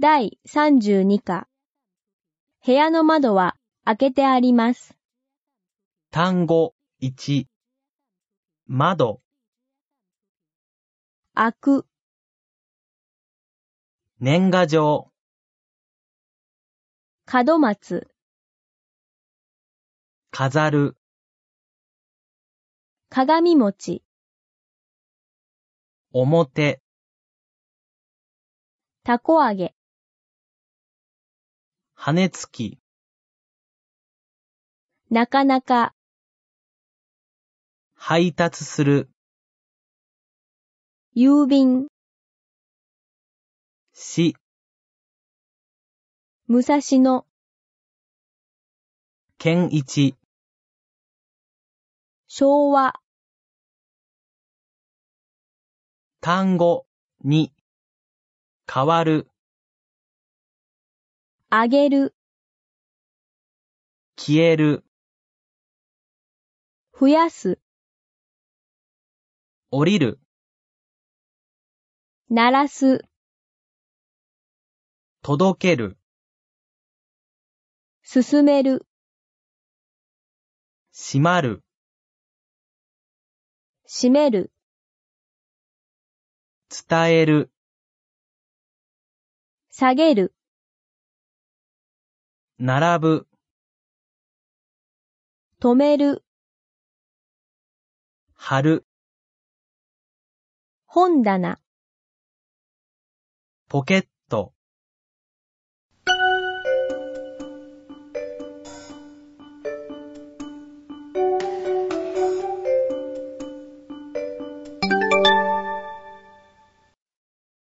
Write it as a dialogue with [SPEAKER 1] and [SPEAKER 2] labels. [SPEAKER 1] 第32課。部屋の窓は開けてあります。
[SPEAKER 2] 単語1窓、
[SPEAKER 1] 開く、
[SPEAKER 2] 年賀状、
[SPEAKER 1] 角松、
[SPEAKER 2] 飾る、
[SPEAKER 1] 鏡餅、
[SPEAKER 2] 表、
[SPEAKER 1] たこ揚げ、
[SPEAKER 2] 羽根つき、
[SPEAKER 1] なかなか、
[SPEAKER 2] 配達する、
[SPEAKER 1] 郵便、
[SPEAKER 2] し、
[SPEAKER 1] 武蔵野、
[SPEAKER 2] 県一、
[SPEAKER 1] 昭和、
[SPEAKER 2] 単語2変わる、
[SPEAKER 1] あげる、
[SPEAKER 2] 消える、
[SPEAKER 1] 増やす、
[SPEAKER 2] 降りる、
[SPEAKER 1] 鳴らす、
[SPEAKER 2] 届ける、
[SPEAKER 1] 進める、
[SPEAKER 2] 閉まる、
[SPEAKER 1] 閉める、
[SPEAKER 2] 伝える、
[SPEAKER 1] 下げる、
[SPEAKER 2] 並ぶ、
[SPEAKER 1] 止める、
[SPEAKER 2] 貼る、
[SPEAKER 1] 本棚、
[SPEAKER 2] ポケッ